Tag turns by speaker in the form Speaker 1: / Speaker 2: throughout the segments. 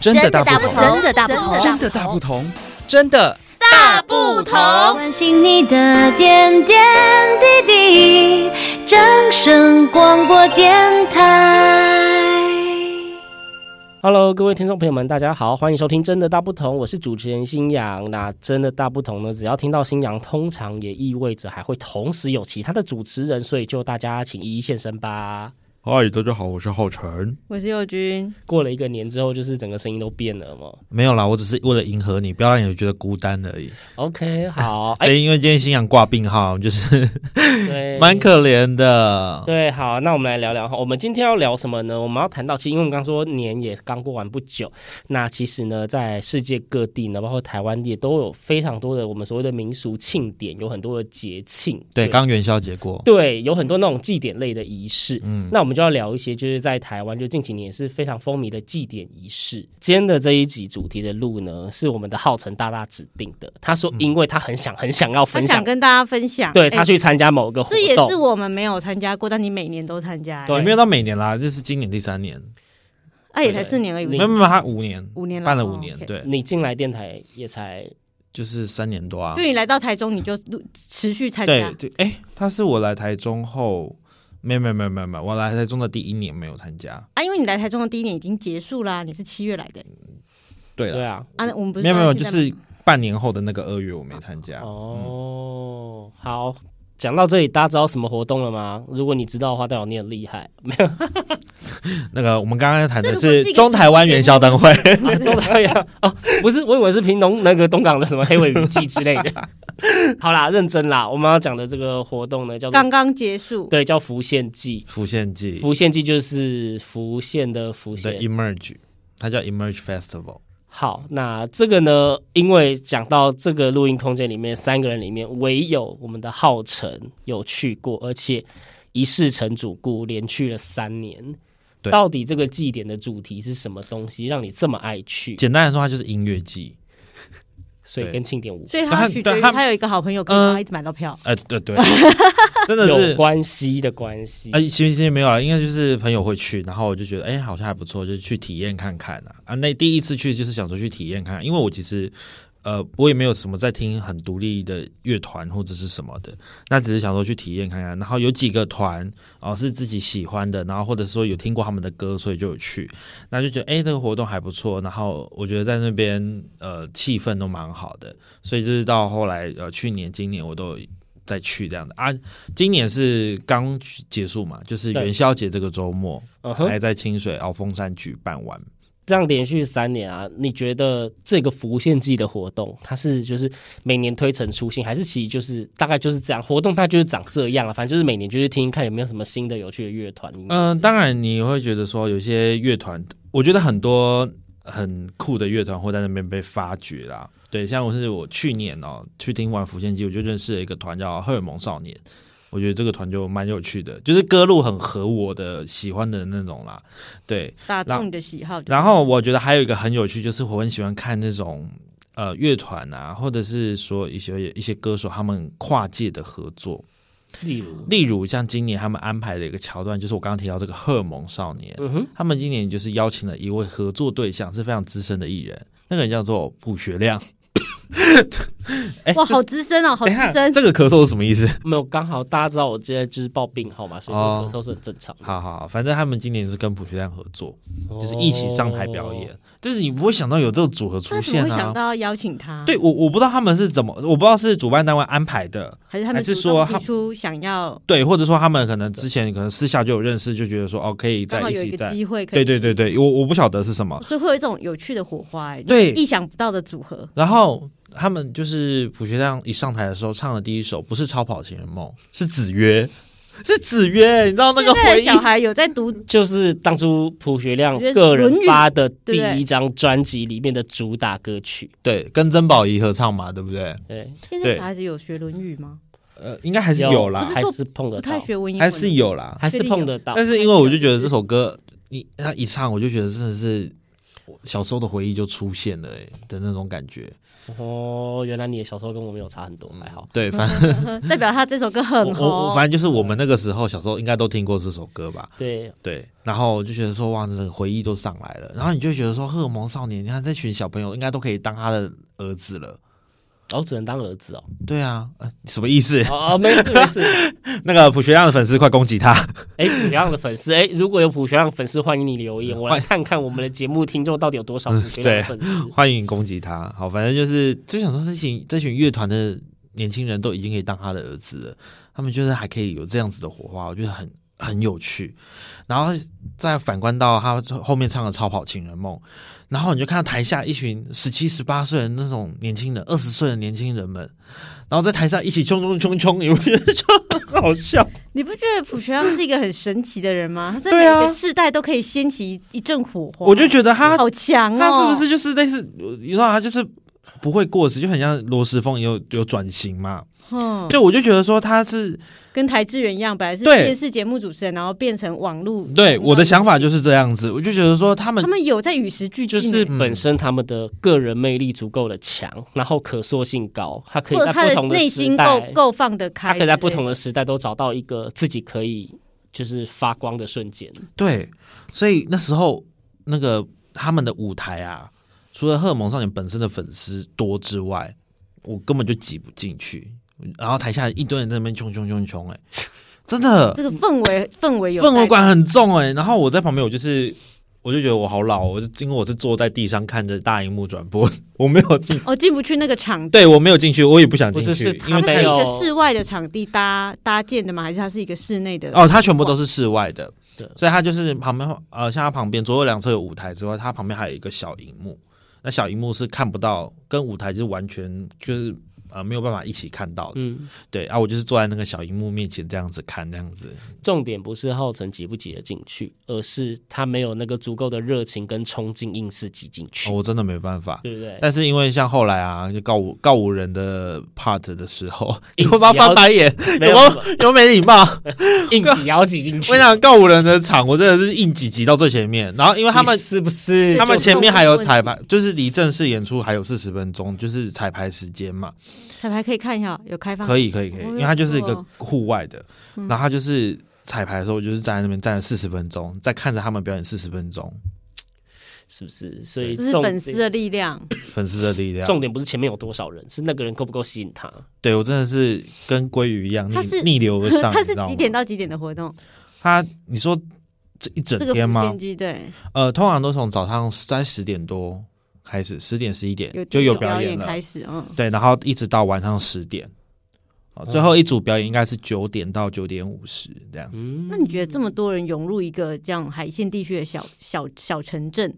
Speaker 1: 真的大不同，
Speaker 2: 真的大不同，
Speaker 1: 真的大不同，真的
Speaker 2: 大不同。
Speaker 3: 关心你的点点滴滴，掌声广播电台。
Speaker 4: Hello，各位听众朋友们，大家好，欢迎收听《真的大不同》，我是主持人新阳。那《真的大不同》呢，只要听到新阳，通常也意味着还会同时有其他的主持人，所以就大家请一一现身吧。
Speaker 5: 嗨，大家好，我是浩辰。
Speaker 2: 我是佑君，
Speaker 4: 过了一个年之后，就是整个声音都变了嘛。
Speaker 5: 没有啦，我只是为了迎合你，不要让你觉得孤单而已。
Speaker 4: OK，好，
Speaker 5: 哎、
Speaker 4: 哎，
Speaker 5: 因为今天新阳挂病号，就是
Speaker 4: 对，
Speaker 5: 蛮可怜的。
Speaker 4: 对，好，那我们来聊聊哈，我们今天要聊什么呢？我们要谈到，其实因为我们刚说年也刚过完不久，那其实呢，在世界各地呢，包括台湾也都有非常多的我们所谓的民俗庆典，有很多的节庆，
Speaker 5: 对，刚元宵节过，
Speaker 4: 对，有很多那种祭典类的仪式。
Speaker 5: 嗯，
Speaker 4: 那我们就要聊一些，就是在台湾，就近几年也是非常风靡的祭典仪式。今天的这一集主题的路呢，是我们的浩辰大大指定的。他说，因为他很想很想要
Speaker 2: 他
Speaker 4: 分
Speaker 2: 想
Speaker 4: 享，
Speaker 2: 跟大家分享，
Speaker 4: 对
Speaker 2: 哎
Speaker 4: 他去参加某个活
Speaker 2: 这也是
Speaker 4: 动，
Speaker 2: 我们没有参加过，但你每年都参加，哎
Speaker 4: 对
Speaker 5: 也没有到每年啦，这是今年第三年，
Speaker 2: 哎，也才四年而已，
Speaker 5: 没有没有，他五年，
Speaker 2: 五年了
Speaker 5: 办了
Speaker 2: 哦
Speaker 5: 五年，
Speaker 2: ，OK
Speaker 5: 对，
Speaker 4: 你进来电台也才
Speaker 5: 就是三年多啊
Speaker 2: 就。你来到台中，你就持续参加
Speaker 5: 对，对，哎、他是我来台中后，没有没有没有没有没有，我来台中的第一年没有参加。
Speaker 2: 啊，因为你来台中的第一年已经结束啦，你是七月来的
Speaker 5: 对了，
Speaker 4: 对啊，
Speaker 2: 啊，那我们不是
Speaker 5: 嗯没有没有，
Speaker 2: 现
Speaker 5: 就
Speaker 2: 在
Speaker 5: 是半年后的那个二月我没参加。
Speaker 4: 哦，好，讲到这里，大家知道什么活动了吗？如果你知道的话，代表你很厉害。没有，
Speaker 5: 那个我们刚刚谈的
Speaker 2: 那如果是一
Speaker 5: 是
Speaker 2: 个
Speaker 5: 中台湾元宵灯会，
Speaker 4: 啊、中台呀，哦，不是，我以为是屏东那个东港的什么黑尾雨季之类 的。好啦，认真啦，我们要讲的这个活动呢，叫做
Speaker 2: 刚刚结束，
Speaker 4: 对，叫浮现祭。
Speaker 5: 浮现祭，
Speaker 4: 浮现祭就是浮现的浮
Speaker 5: 对
Speaker 4: 现。
Speaker 5: ，Emerge，它叫 Emerge Festival。
Speaker 4: 好，那这个呢，因为讲到这个录音空间里面，三个人里面唯有我们的浩辰有去过，而且一世成主顾，连去了三年。
Speaker 5: 对
Speaker 4: 到底这个祭典的主题是什么东西，让你这么爱去？
Speaker 5: 简单来说，它就是音乐季。
Speaker 4: 所以
Speaker 5: 对
Speaker 4: 跟庆典无
Speaker 2: 所以他取决于
Speaker 5: 对他嗯
Speaker 2: 他有一个好朋友可以帮他一直买到票，
Speaker 5: 呃，对 对，真的
Speaker 4: 有
Speaker 5: 是。
Speaker 4: 关系的关系。
Speaker 5: 哎，其实其实没有啦，应该就是朋友会去，然后我就觉得，哎，好像还不错，就是去体验看看啊。啊，那第一次去就是想说去体验看看，因为我其实，呃，我也没有什么在听很独立的乐团或者是什么的，那只是想说去体验看看。然后有几个团哦、是自己喜欢的，然后或者说有听过他们的歌，所以就有去，那就觉得哎、这个活动还不错。然后我觉得在那边呃气氛都蛮好的，所以就是到后来呃去年、今年我都有再去这样的啊。今年是刚结束嘛，就是
Speaker 4: 对
Speaker 5: 元宵节这个周末
Speaker 4: 嗯哼
Speaker 5: 才在清水鳌峰山举办完。
Speaker 4: 这样连续三年啊，你觉得这个浮现季的活动，它是就是每年推陈出新，还是其实就是大概就是这样？活动它就是长这样了，反正就是每年就是听听看有没有什么新的有趣的乐团。
Speaker 5: 嗯、
Speaker 4: 嗯，
Speaker 5: 当然你会觉得说有些乐团，我觉得很多很酷的乐团会在那边被发掘啦。对，像我是我去年哦去听完《浮现记》，我就认识了一个团叫荷尔蒙少年。我觉得这个团就蛮有趣的，就是歌路很合我的喜欢的那种啦。对，
Speaker 2: 打
Speaker 5: 然
Speaker 2: 中你的喜好。
Speaker 5: 然后我觉得还有一个很有趣，就是我很喜欢看那种呃乐团啊，或者是说一些一些歌手他们跨界的合作。
Speaker 4: 例如，
Speaker 5: 例如像今年他们安排的一个桥段，就是我刚刚提到这个荷尔蒙少年，
Speaker 4: 嗯哼，
Speaker 5: 他们今年就是邀请了一位合作对象，是非常资深的艺人，那个人叫做卜学亮。哎
Speaker 2: 哇，好资深哦，好
Speaker 5: 等
Speaker 2: 资
Speaker 5: 一下，
Speaker 2: 深
Speaker 5: 这。个咳嗽是什么意思？
Speaker 4: 没有刚好大家知道我今天就是抱病号嘛，所以
Speaker 5: 哦
Speaker 4: 这个咳嗽是很正常的，
Speaker 5: 好好，好反正他们今年就是跟卜学亮合作，
Speaker 4: 就
Speaker 5: 就是一起上台表
Speaker 4: 哦
Speaker 5: 演，就是你不会想到有这种组合出
Speaker 2: 哦那怎么
Speaker 5: 现
Speaker 2: 会想
Speaker 5: 啊。
Speaker 2: 到邀请他？
Speaker 5: 对，我，我不知道他们是怎么，我不知道是主办单位安排的，
Speaker 2: 还是他们
Speaker 5: 还是
Speaker 2: 主动
Speaker 5: 说
Speaker 2: 提
Speaker 5: 他
Speaker 2: 出想要
Speaker 5: 对，或者说他们可能之前可能私下就有认识，就觉得说哦可以
Speaker 2: 刚
Speaker 5: 在
Speaker 2: 好
Speaker 5: 一
Speaker 2: 有一
Speaker 5: 起
Speaker 2: 个
Speaker 5: 在，
Speaker 2: 机会可以
Speaker 5: 对，对对对，我我不晓得是什么，
Speaker 2: 所以会有一种有趣的火花，哎
Speaker 5: 对
Speaker 2: 意想不到的组合。
Speaker 5: 然后他们就是朴学亮一上台的时候唱的第一首不是《超跑情人梦》，是《子曰》，是《子曰》，你知道那个
Speaker 2: 现在
Speaker 5: 回
Speaker 2: 的
Speaker 5: 忆
Speaker 2: 小孩有在读
Speaker 4: 就是当初朴学亮
Speaker 2: 我觉得
Speaker 4: 个人
Speaker 2: 《论语
Speaker 4: 发的第
Speaker 2: 对不对
Speaker 4: 一张专辑里面的主打歌曲，
Speaker 5: 对，跟曾宝仪合唱嘛，对不对？
Speaker 4: 对，
Speaker 2: 现在小孩子有学《论语》吗？
Speaker 5: 呃，应该还是有啦，
Speaker 4: 还是碰得
Speaker 2: 不太
Speaker 4: 到，
Speaker 2: 学文言文，
Speaker 5: 还是有啦。
Speaker 4: 还是碰得到。
Speaker 5: 但是因为我就觉得这首歌，你他一唱，我就觉得真的是，小时候的回忆就出现了、哎的那种感觉。
Speaker 4: 哦，原来你的小时候跟我没有差很多，还好。
Speaker 5: 对，反正
Speaker 2: 代表他这首歌
Speaker 5: 我
Speaker 2: 很
Speaker 5: 我我
Speaker 2: 红。
Speaker 5: 反正就是我们那个时候小时候应该都听过这首歌吧。
Speaker 4: 对，
Speaker 5: 对，然后我就觉得说哇，这个回忆都上来了，然后你就觉得说荷尔蒙少年，你看这群小朋友应该都可以当他的儿子了。
Speaker 4: 我只能当儿 子哦。
Speaker 5: 对啊，呃、什么意思？
Speaker 4: 哦，哦没事没事。
Speaker 5: 那个朴学亮的粉丝快攻击他，
Speaker 4: 哎，普学亮的粉丝，哎，如果有普学亮的粉丝，嗯欢迎你嗯留言，我来看看我们的节目听众到底有多少普学亮的粉丝。
Speaker 5: 欢迎攻击他。好，反正就是就想说这群这群乐团的年轻人都已经可以当他的儿子了，他们就是还可以有这样子的火花，我觉得很很有趣。然后再反观到他后面唱的《超跑情人梦》，然后你就看到台下一群十七、十八岁的那种年轻人、二十岁的年轻人们，然后在台上一起冲冲冲冲，你会觉得就很好笑。
Speaker 2: 你不觉得朴学亮是一个很神奇的人吗？他在
Speaker 5: 对啊
Speaker 2: 每个世代都可以掀起一一阵火花。
Speaker 5: 我就觉得他
Speaker 2: 好强哦！
Speaker 5: 他是不是就是类似，你知道他就是不会过时，就很像罗时丰也有有转型嘛。
Speaker 2: 嗯，
Speaker 5: 对，我就觉得说他是
Speaker 2: 跟台志远一样，本来是
Speaker 5: 对
Speaker 2: 电视节目主持人，然后变成网络。，
Speaker 5: 对我的想法就是是这样子，我就觉得说他们
Speaker 2: 他们有在与时俱进 欸，
Speaker 4: 就是本身他们的个人魅力足够的强，然后可塑性高，他可以
Speaker 2: 或者
Speaker 4: 在
Speaker 2: 他
Speaker 4: 不
Speaker 2: 的
Speaker 4: 同
Speaker 2: 内
Speaker 4: 时
Speaker 2: 心
Speaker 4: 代
Speaker 2: 够，够放得开，
Speaker 4: 他可以在不同
Speaker 2: 的。
Speaker 4: 的时代都找到一个自己可以就是发光的瞬间。
Speaker 5: 对，所以那时候那个他们的舞台啊，除了荷尔蒙少年本身的粉丝多之外，我根本就挤不进去。然后台下一堆人在那边冲冲冲冲，哎，真的
Speaker 2: 这个氛围氛围有
Speaker 5: 氛围
Speaker 2: 在
Speaker 5: 感很重哎、然后我在旁边，我就是我就觉得我好老，哦我就因为我是坐在地上看着大荧幕转播，我没有进，
Speaker 2: 哦，进不去那个场地。
Speaker 5: 对我没有进去，我也不想进
Speaker 4: 不
Speaker 5: 去，
Speaker 4: 是是
Speaker 5: 因
Speaker 4: 他们
Speaker 5: 为
Speaker 2: 它是一
Speaker 4: 没
Speaker 2: 个
Speaker 4: 有
Speaker 2: 室外的场地搭搭建的吗？还是它是一个室内的？
Speaker 5: 哦，它全部都是室外的
Speaker 4: 对，
Speaker 5: 所以它就是旁边呃，像它旁边左右两侧有舞台之外，它旁边还有一个小荧幕，那小荧幕是看不到，跟舞台就是完全就是。呃，没有办法一起看到的，
Speaker 4: 嗯，
Speaker 5: 对啊，我就是坐在那个小荧幕面前这样子看，这样子，
Speaker 4: 重点不是浩辰挤不挤得进去，而是他没有那个足够的热情跟冲劲，硬是挤进去，
Speaker 5: 哦、我真的没办法。
Speaker 4: 对不对？
Speaker 5: 但是因为像后来啊，就告五告五人的 part 的时候，
Speaker 4: 硬
Speaker 5: 你
Speaker 4: 挤
Speaker 5: 会帮翻白眼，
Speaker 4: 没
Speaker 5: 有没
Speaker 4: 有
Speaker 5: 有有没有没礼貌？
Speaker 4: 硬挤也要挤进去。
Speaker 5: 我想告五人的场，我真的是硬挤挤到最前面，然后因为他们
Speaker 4: 你是不是
Speaker 5: 他们
Speaker 4: 就
Speaker 5: 前面还有彩排，就是离正式演出还有四十分钟，就是彩排时间嘛。
Speaker 2: 彩排可以看一下，有开放。
Speaker 5: 可以，可以，可以，因为它就是一
Speaker 2: 啊我有
Speaker 5: 个
Speaker 2: 做
Speaker 5: 户外的，
Speaker 2: 嗯
Speaker 5: 然后它就是彩排的时候，我就是站在那边站了四十分钟，再看着他们表演四十分钟，
Speaker 4: 是不是？所以
Speaker 2: 这是
Speaker 4: 重
Speaker 2: 粉丝
Speaker 4: 点
Speaker 2: 的力量。
Speaker 5: 粉丝的力量。
Speaker 4: 重点不是前面有多少人，是那个人够不够吸引他。
Speaker 5: 对我真的是跟鲑鱼一样逆
Speaker 2: 它是
Speaker 5: 逆流而 上，
Speaker 2: 它
Speaker 5: 你知
Speaker 2: 是
Speaker 5: 道
Speaker 2: 几
Speaker 5: 吗
Speaker 2: 点到几点的活动？
Speaker 5: 他你说这一整
Speaker 2: 这个
Speaker 5: 天
Speaker 2: 无
Speaker 5: 吗
Speaker 2: 线？机对，
Speaker 5: 呃，通常都从早上在十点多开始，十点十一点
Speaker 2: 有
Speaker 5: 就有
Speaker 2: 表
Speaker 5: 表演了，
Speaker 2: 开始，嗯，
Speaker 5: 对，然后一直到晚上十点。哦最后一组表演应该是九点到九点五十这样。
Speaker 2: 那你觉得这么多人涌入一个这样海线地区的小小小城镇，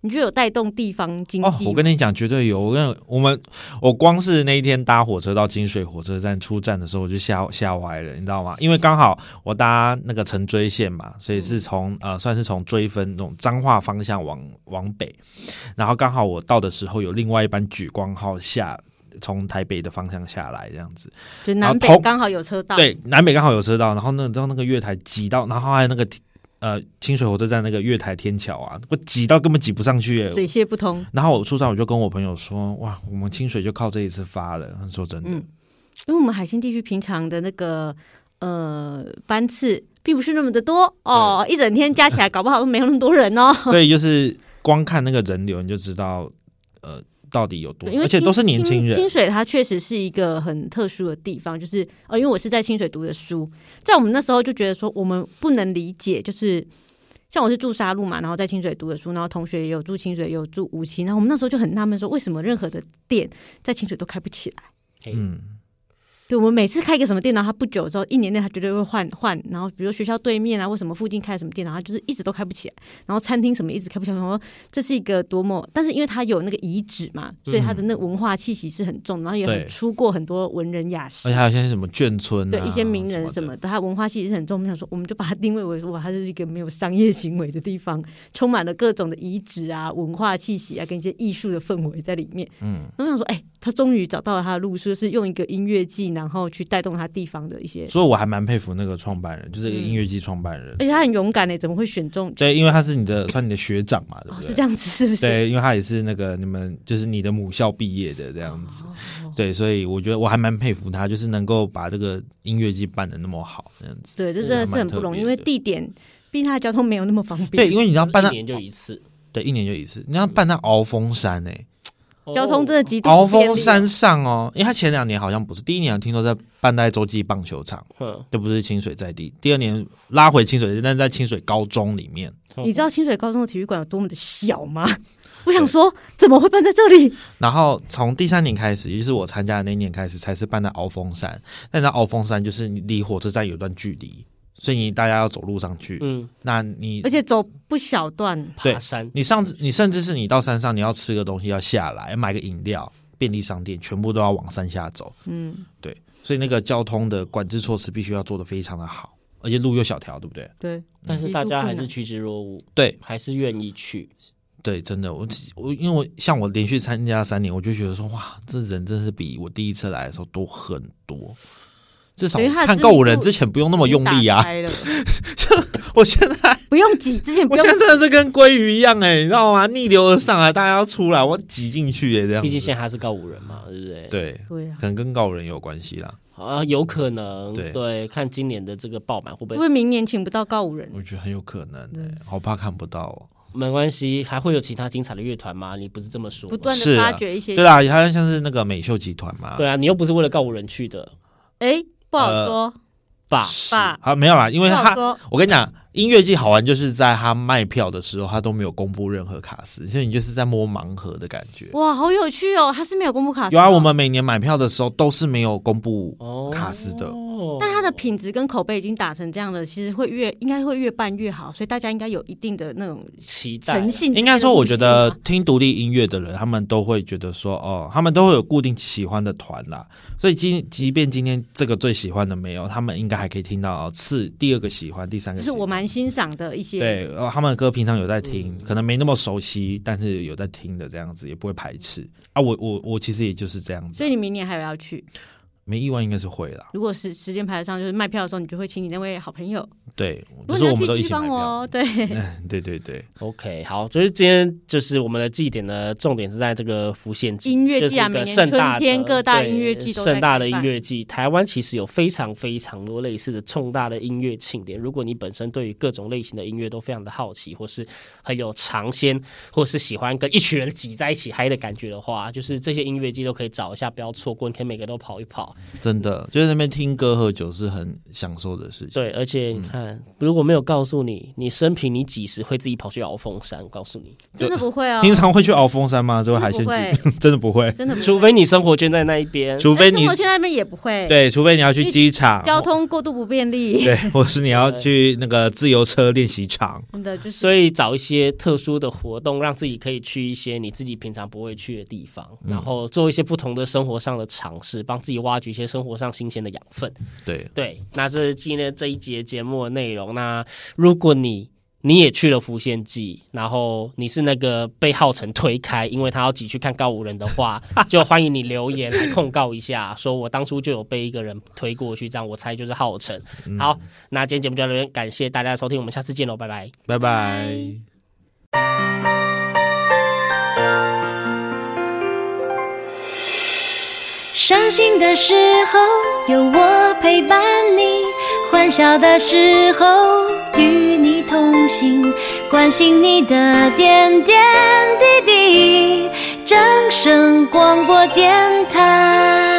Speaker 2: 你觉得有带动地方经
Speaker 5: 哦，
Speaker 2: 济吗？
Speaker 5: 我跟你讲，绝对有。我跟我们，我光是那一天搭火车到金水火车站出站的时候，我就吓吓歪了，你知道吗？因为刚好我搭那个城追线嘛，所以
Speaker 2: 嗯
Speaker 5: 是从、呃，算是从追分那种彰化方向往往北，然后刚好我到的时候有另外一班莒光号下。从台北的方向下来，这样子，
Speaker 2: 就
Speaker 5: 然后
Speaker 2: 南北
Speaker 5: 同
Speaker 2: 刚好有车道，
Speaker 5: 对，南北刚好有车道，然后那你知道那个月台挤到，然后还有那个呃清水火车站那个月台天桥啊，我挤到根本挤不上去、欸，
Speaker 2: 水泄不通。
Speaker 5: 然后我出站，我就跟我朋友说：“哇，我们清水就靠这一次发了。”说真的，
Speaker 2: 嗯因为我们海鲜地区平常的那个呃班次并不是那么的多哦，一整天加起来搞不好都没有那么多人哦。
Speaker 5: 所以就是光看那个人流，你就知道呃到底有多，
Speaker 2: 因为
Speaker 5: 而且
Speaker 2: 清
Speaker 5: 都是年轻
Speaker 2: 清
Speaker 5: 人
Speaker 2: 清。水它确实是一个很特殊的地方，就是呃，因为我是在清水读的书，在我们那时候就觉得说，我们不能理解，就是像我是住沙鹿嘛，然后在清水读的书，然后同学也有住清水，也有住无锡，然后我们那时候就很纳闷说，为什么任何的店在清水都开不起来？
Speaker 5: 嗯，
Speaker 2: 对，我们每次开一个什么店，然后它不久之后，一年内它绝对会换换。然后比如学校对面啊，或什么附近开什么店，然后它就是一直都开不起来。然后餐厅什么一直开不起来，然后这是一个多么……但是因为它有那个遗址嘛，所以它的那文化气息是很重，然后也
Speaker 5: 对
Speaker 2: 很出过很多文人雅士
Speaker 5: 而且。还有些什么眷村、啊，
Speaker 2: 对一些名人什
Speaker 5: 什
Speaker 2: 么
Speaker 5: 的，
Speaker 2: 的，它文化气息是很重。我们想说，我们就把它定位为说，哇，它就是一个没有商业行为的地方，充满了各种的遗址啊、文化气息啊，跟一些艺术的氛围在里面。
Speaker 5: 嗯，
Speaker 2: 我想说，哎、他终于找到了他的路数，就是用一个音乐季，然然后去带动他地方的一嗯哎些，
Speaker 5: 所以我还蛮佩服那个创办人，就是一个音乐季创办人
Speaker 2: 而。且他很勇敢欸呢，怎么会选中？
Speaker 5: 对，因为他是你的算你的学长嘛，对
Speaker 2: 哦，
Speaker 5: 不
Speaker 2: 是
Speaker 5: 对？
Speaker 2: 这样子，是 不是？
Speaker 5: 对，因为他也是那个你们就是你的母校毕业的这样子，
Speaker 4: 哦
Speaker 5: 对，所以我觉得我还蛮佩服他，就是能够把这个音乐季办的那么好，这样子。
Speaker 2: 对，这真的是很不容易，因为地点，毕竟它的交通没有那么方便。
Speaker 5: 对，因为你要办
Speaker 4: 一
Speaker 5: 到
Speaker 4: 年就一次，
Speaker 5: 对一年就一次，你要办到鳌峰山诶、
Speaker 2: 哦交通真的极度
Speaker 5: 鳌
Speaker 2: 不便利啊
Speaker 5: 峰山上哦，因为他前两年好像不是，第一年听说在办在洲际棒球场，
Speaker 4: 哦，
Speaker 5: 这不是清水在地，第二年拉回清水，但是在清水高中里面，
Speaker 4: 哼
Speaker 2: 你知道清水高中的体育馆有多么的小 吗？我想说，怎么会办在这里？
Speaker 5: 然后从第三年开始，也就是我参加的那一年开始，才是办在鳌峰山。但那鳌峰山就是你离火车站有段距离，所以你大家要走路上去。
Speaker 4: 嗯，
Speaker 5: 那你
Speaker 2: 而且走不小段，
Speaker 5: 对
Speaker 4: 爬山，
Speaker 5: 你上次你甚至是你到山上，你要吃个东西要下来买个饮料，便利商店全部都要往山下走。
Speaker 2: 嗯，
Speaker 5: 对，所以那个交通的管制措施必须要做得非常的好，而且路又小条，对不对？
Speaker 2: 对，
Speaker 4: 但是大家还是
Speaker 2: 极度
Speaker 4: 趋之若鹜，
Speaker 5: 对
Speaker 4: 还是愿意去。
Speaker 5: 对，真的，我我因为我像我连续参加三年，我就觉得说哇，这人真是比我第一次来的时候多很多。至少
Speaker 2: 等于他的
Speaker 5: 看
Speaker 2: 知
Speaker 5: 够
Speaker 2: 名
Speaker 5: 我人
Speaker 2: 度
Speaker 5: 之前不用那
Speaker 2: 那
Speaker 5: 么用力啊！ 我现在
Speaker 2: 不用挤，之前不
Speaker 5: 我
Speaker 2: 用
Speaker 5: 现在真的是跟鲑鱼一样哎、你知道吗？逆流而上啊，大家要出来，我挤进去哎、这样
Speaker 4: 毕竟
Speaker 5: 子。
Speaker 4: 现在还是告五人嘛，对不对？
Speaker 5: 对，
Speaker 2: 对啊，
Speaker 5: 可能跟告人有关系啦。
Speaker 4: 啊，有可能，
Speaker 5: 对
Speaker 4: 看今年的这个爆满会不
Speaker 2: 因
Speaker 4: 会
Speaker 2: 为明年请不到告五人，
Speaker 5: 我觉得很有可能哎、好怕看不到、哦。
Speaker 4: 没关系，还会有其他精彩的乐团吗？你不是这么说吗
Speaker 2: 不？断
Speaker 5: 是
Speaker 2: 的
Speaker 5: 啊
Speaker 2: 发掘一些
Speaker 5: 对，啦，好像像是那个美秀集团嘛。
Speaker 4: 对啊，你又不是为了告五人去的
Speaker 2: 哎，不好说，
Speaker 4: 吧？
Speaker 2: 爸，
Speaker 5: 啊，没有呃啦，因为
Speaker 2: 不好
Speaker 5: 他
Speaker 2: 说，
Speaker 5: 我跟你讲，音乐季好玩就是在他卖票的时候，他都没有公布任何卡司，所以你就是在摸盲盒的感觉。
Speaker 2: 哇，好有趣哦，他是没有公布卡，
Speaker 5: 有啊，我，们每年买票的时候都是没有公布
Speaker 4: 哦
Speaker 5: 卡司的，
Speaker 4: 哦，
Speaker 2: 但它的品质跟口碑已经打成这样了，其实会越应该会越办越好，所以大家应该有一定的那种
Speaker 4: 期待
Speaker 2: 诚信。
Speaker 5: 应该说，我觉得听独立音乐的人，他们都会觉得说，哦，他们都会有固定喜欢的团啦。所以今即便今天这个最喜欢的没有，他们应该还可以听到呃次第二个喜欢，第三个
Speaker 2: 就
Speaker 5: 喜
Speaker 2: 是
Speaker 5: 欢
Speaker 2: 我蛮欣赏的一些，
Speaker 5: 对，呃，他们的歌平常有在听，可能没那么熟悉，但是有在听的这样子，也不会排斥啊。我我我其实也就是这样子
Speaker 2: 所
Speaker 5: 啊，
Speaker 2: 以你明年还要去。
Speaker 5: 没意外应该是会啦。
Speaker 2: 如果时时间排得上，就是卖票的时候，你就会请你那位好朋友。
Speaker 5: 对，
Speaker 2: 如果
Speaker 5: 可是
Speaker 2: 你
Speaker 5: 我
Speaker 2: 要
Speaker 5: 们都
Speaker 2: 去，
Speaker 5: 一
Speaker 2: 去
Speaker 5: 起买
Speaker 2: 帮我
Speaker 5: 票
Speaker 2: 哦。。 对，
Speaker 5: 对对对，
Speaker 4: OK，好，就是今天就是我们的祭典呢，重点是在这个浮现祭
Speaker 2: 音乐
Speaker 4: 就是
Speaker 2: 季啊
Speaker 4: 一个
Speaker 2: 每年
Speaker 4: 盛大
Speaker 2: 春
Speaker 4: 的
Speaker 2: 天各大
Speaker 4: 对
Speaker 2: 音乐季都在
Speaker 4: 盛大的
Speaker 2: 举
Speaker 4: 音
Speaker 2: 办
Speaker 4: 乐季。台湾其实有非常非常多类似的重大的音乐庆典。如果你本身对于各种类型的音乐都非常的好奇，或是很有尝鲜，或是喜欢跟一群人挤在一起嗨的感觉的话， 就是这些音乐季都可以找一下，不要错过，你可以每个都跑一跑。
Speaker 5: 真的就是那边听歌喝酒是很享受的事情。
Speaker 4: 对，而且你看，如果没有告诉你，你生平你几时会自己跑去鳌峰山？我告诉你，
Speaker 2: 真的不会哦，
Speaker 5: 平常会去鳌峰山吗？这位海
Speaker 2: 真的
Speaker 5: 鲜
Speaker 2: 不会
Speaker 5: 剧， 真的不会，
Speaker 2: 真的不会，
Speaker 4: 除非你生活圈在那一边。
Speaker 5: 除非你
Speaker 2: 我去那边也不会。，
Speaker 5: 对，除非你要去机场，
Speaker 2: 交通过度不便利，
Speaker 5: 对，或是你要去那个自由车练习场。
Speaker 2: 真的就是
Speaker 4: 所以找一些特殊的活动，让自己可以去一些你自己平常不会去的地方，然后做一些不同的生活上的尝试，帮自己挖掘一些生活上新鲜的养分。
Speaker 5: 对，
Speaker 4: 对，那这是今天这一节节目的内容。那如果你你也去了浮现记，然后你是那个被浩辰推开，因为他要挤去看告五人的话，就欢迎你留言来控告一下，说我当初就有被一个人推过去，这样我猜就是浩辰。好，那今天节目就到这边，感谢大家的收听，我们下次见喽，拜拜。
Speaker 5: 拜拜。
Speaker 3: 伤心的时候有我陪伴你，欢笑的时候与你同行，关心你的点点滴滴。掌声广播电台。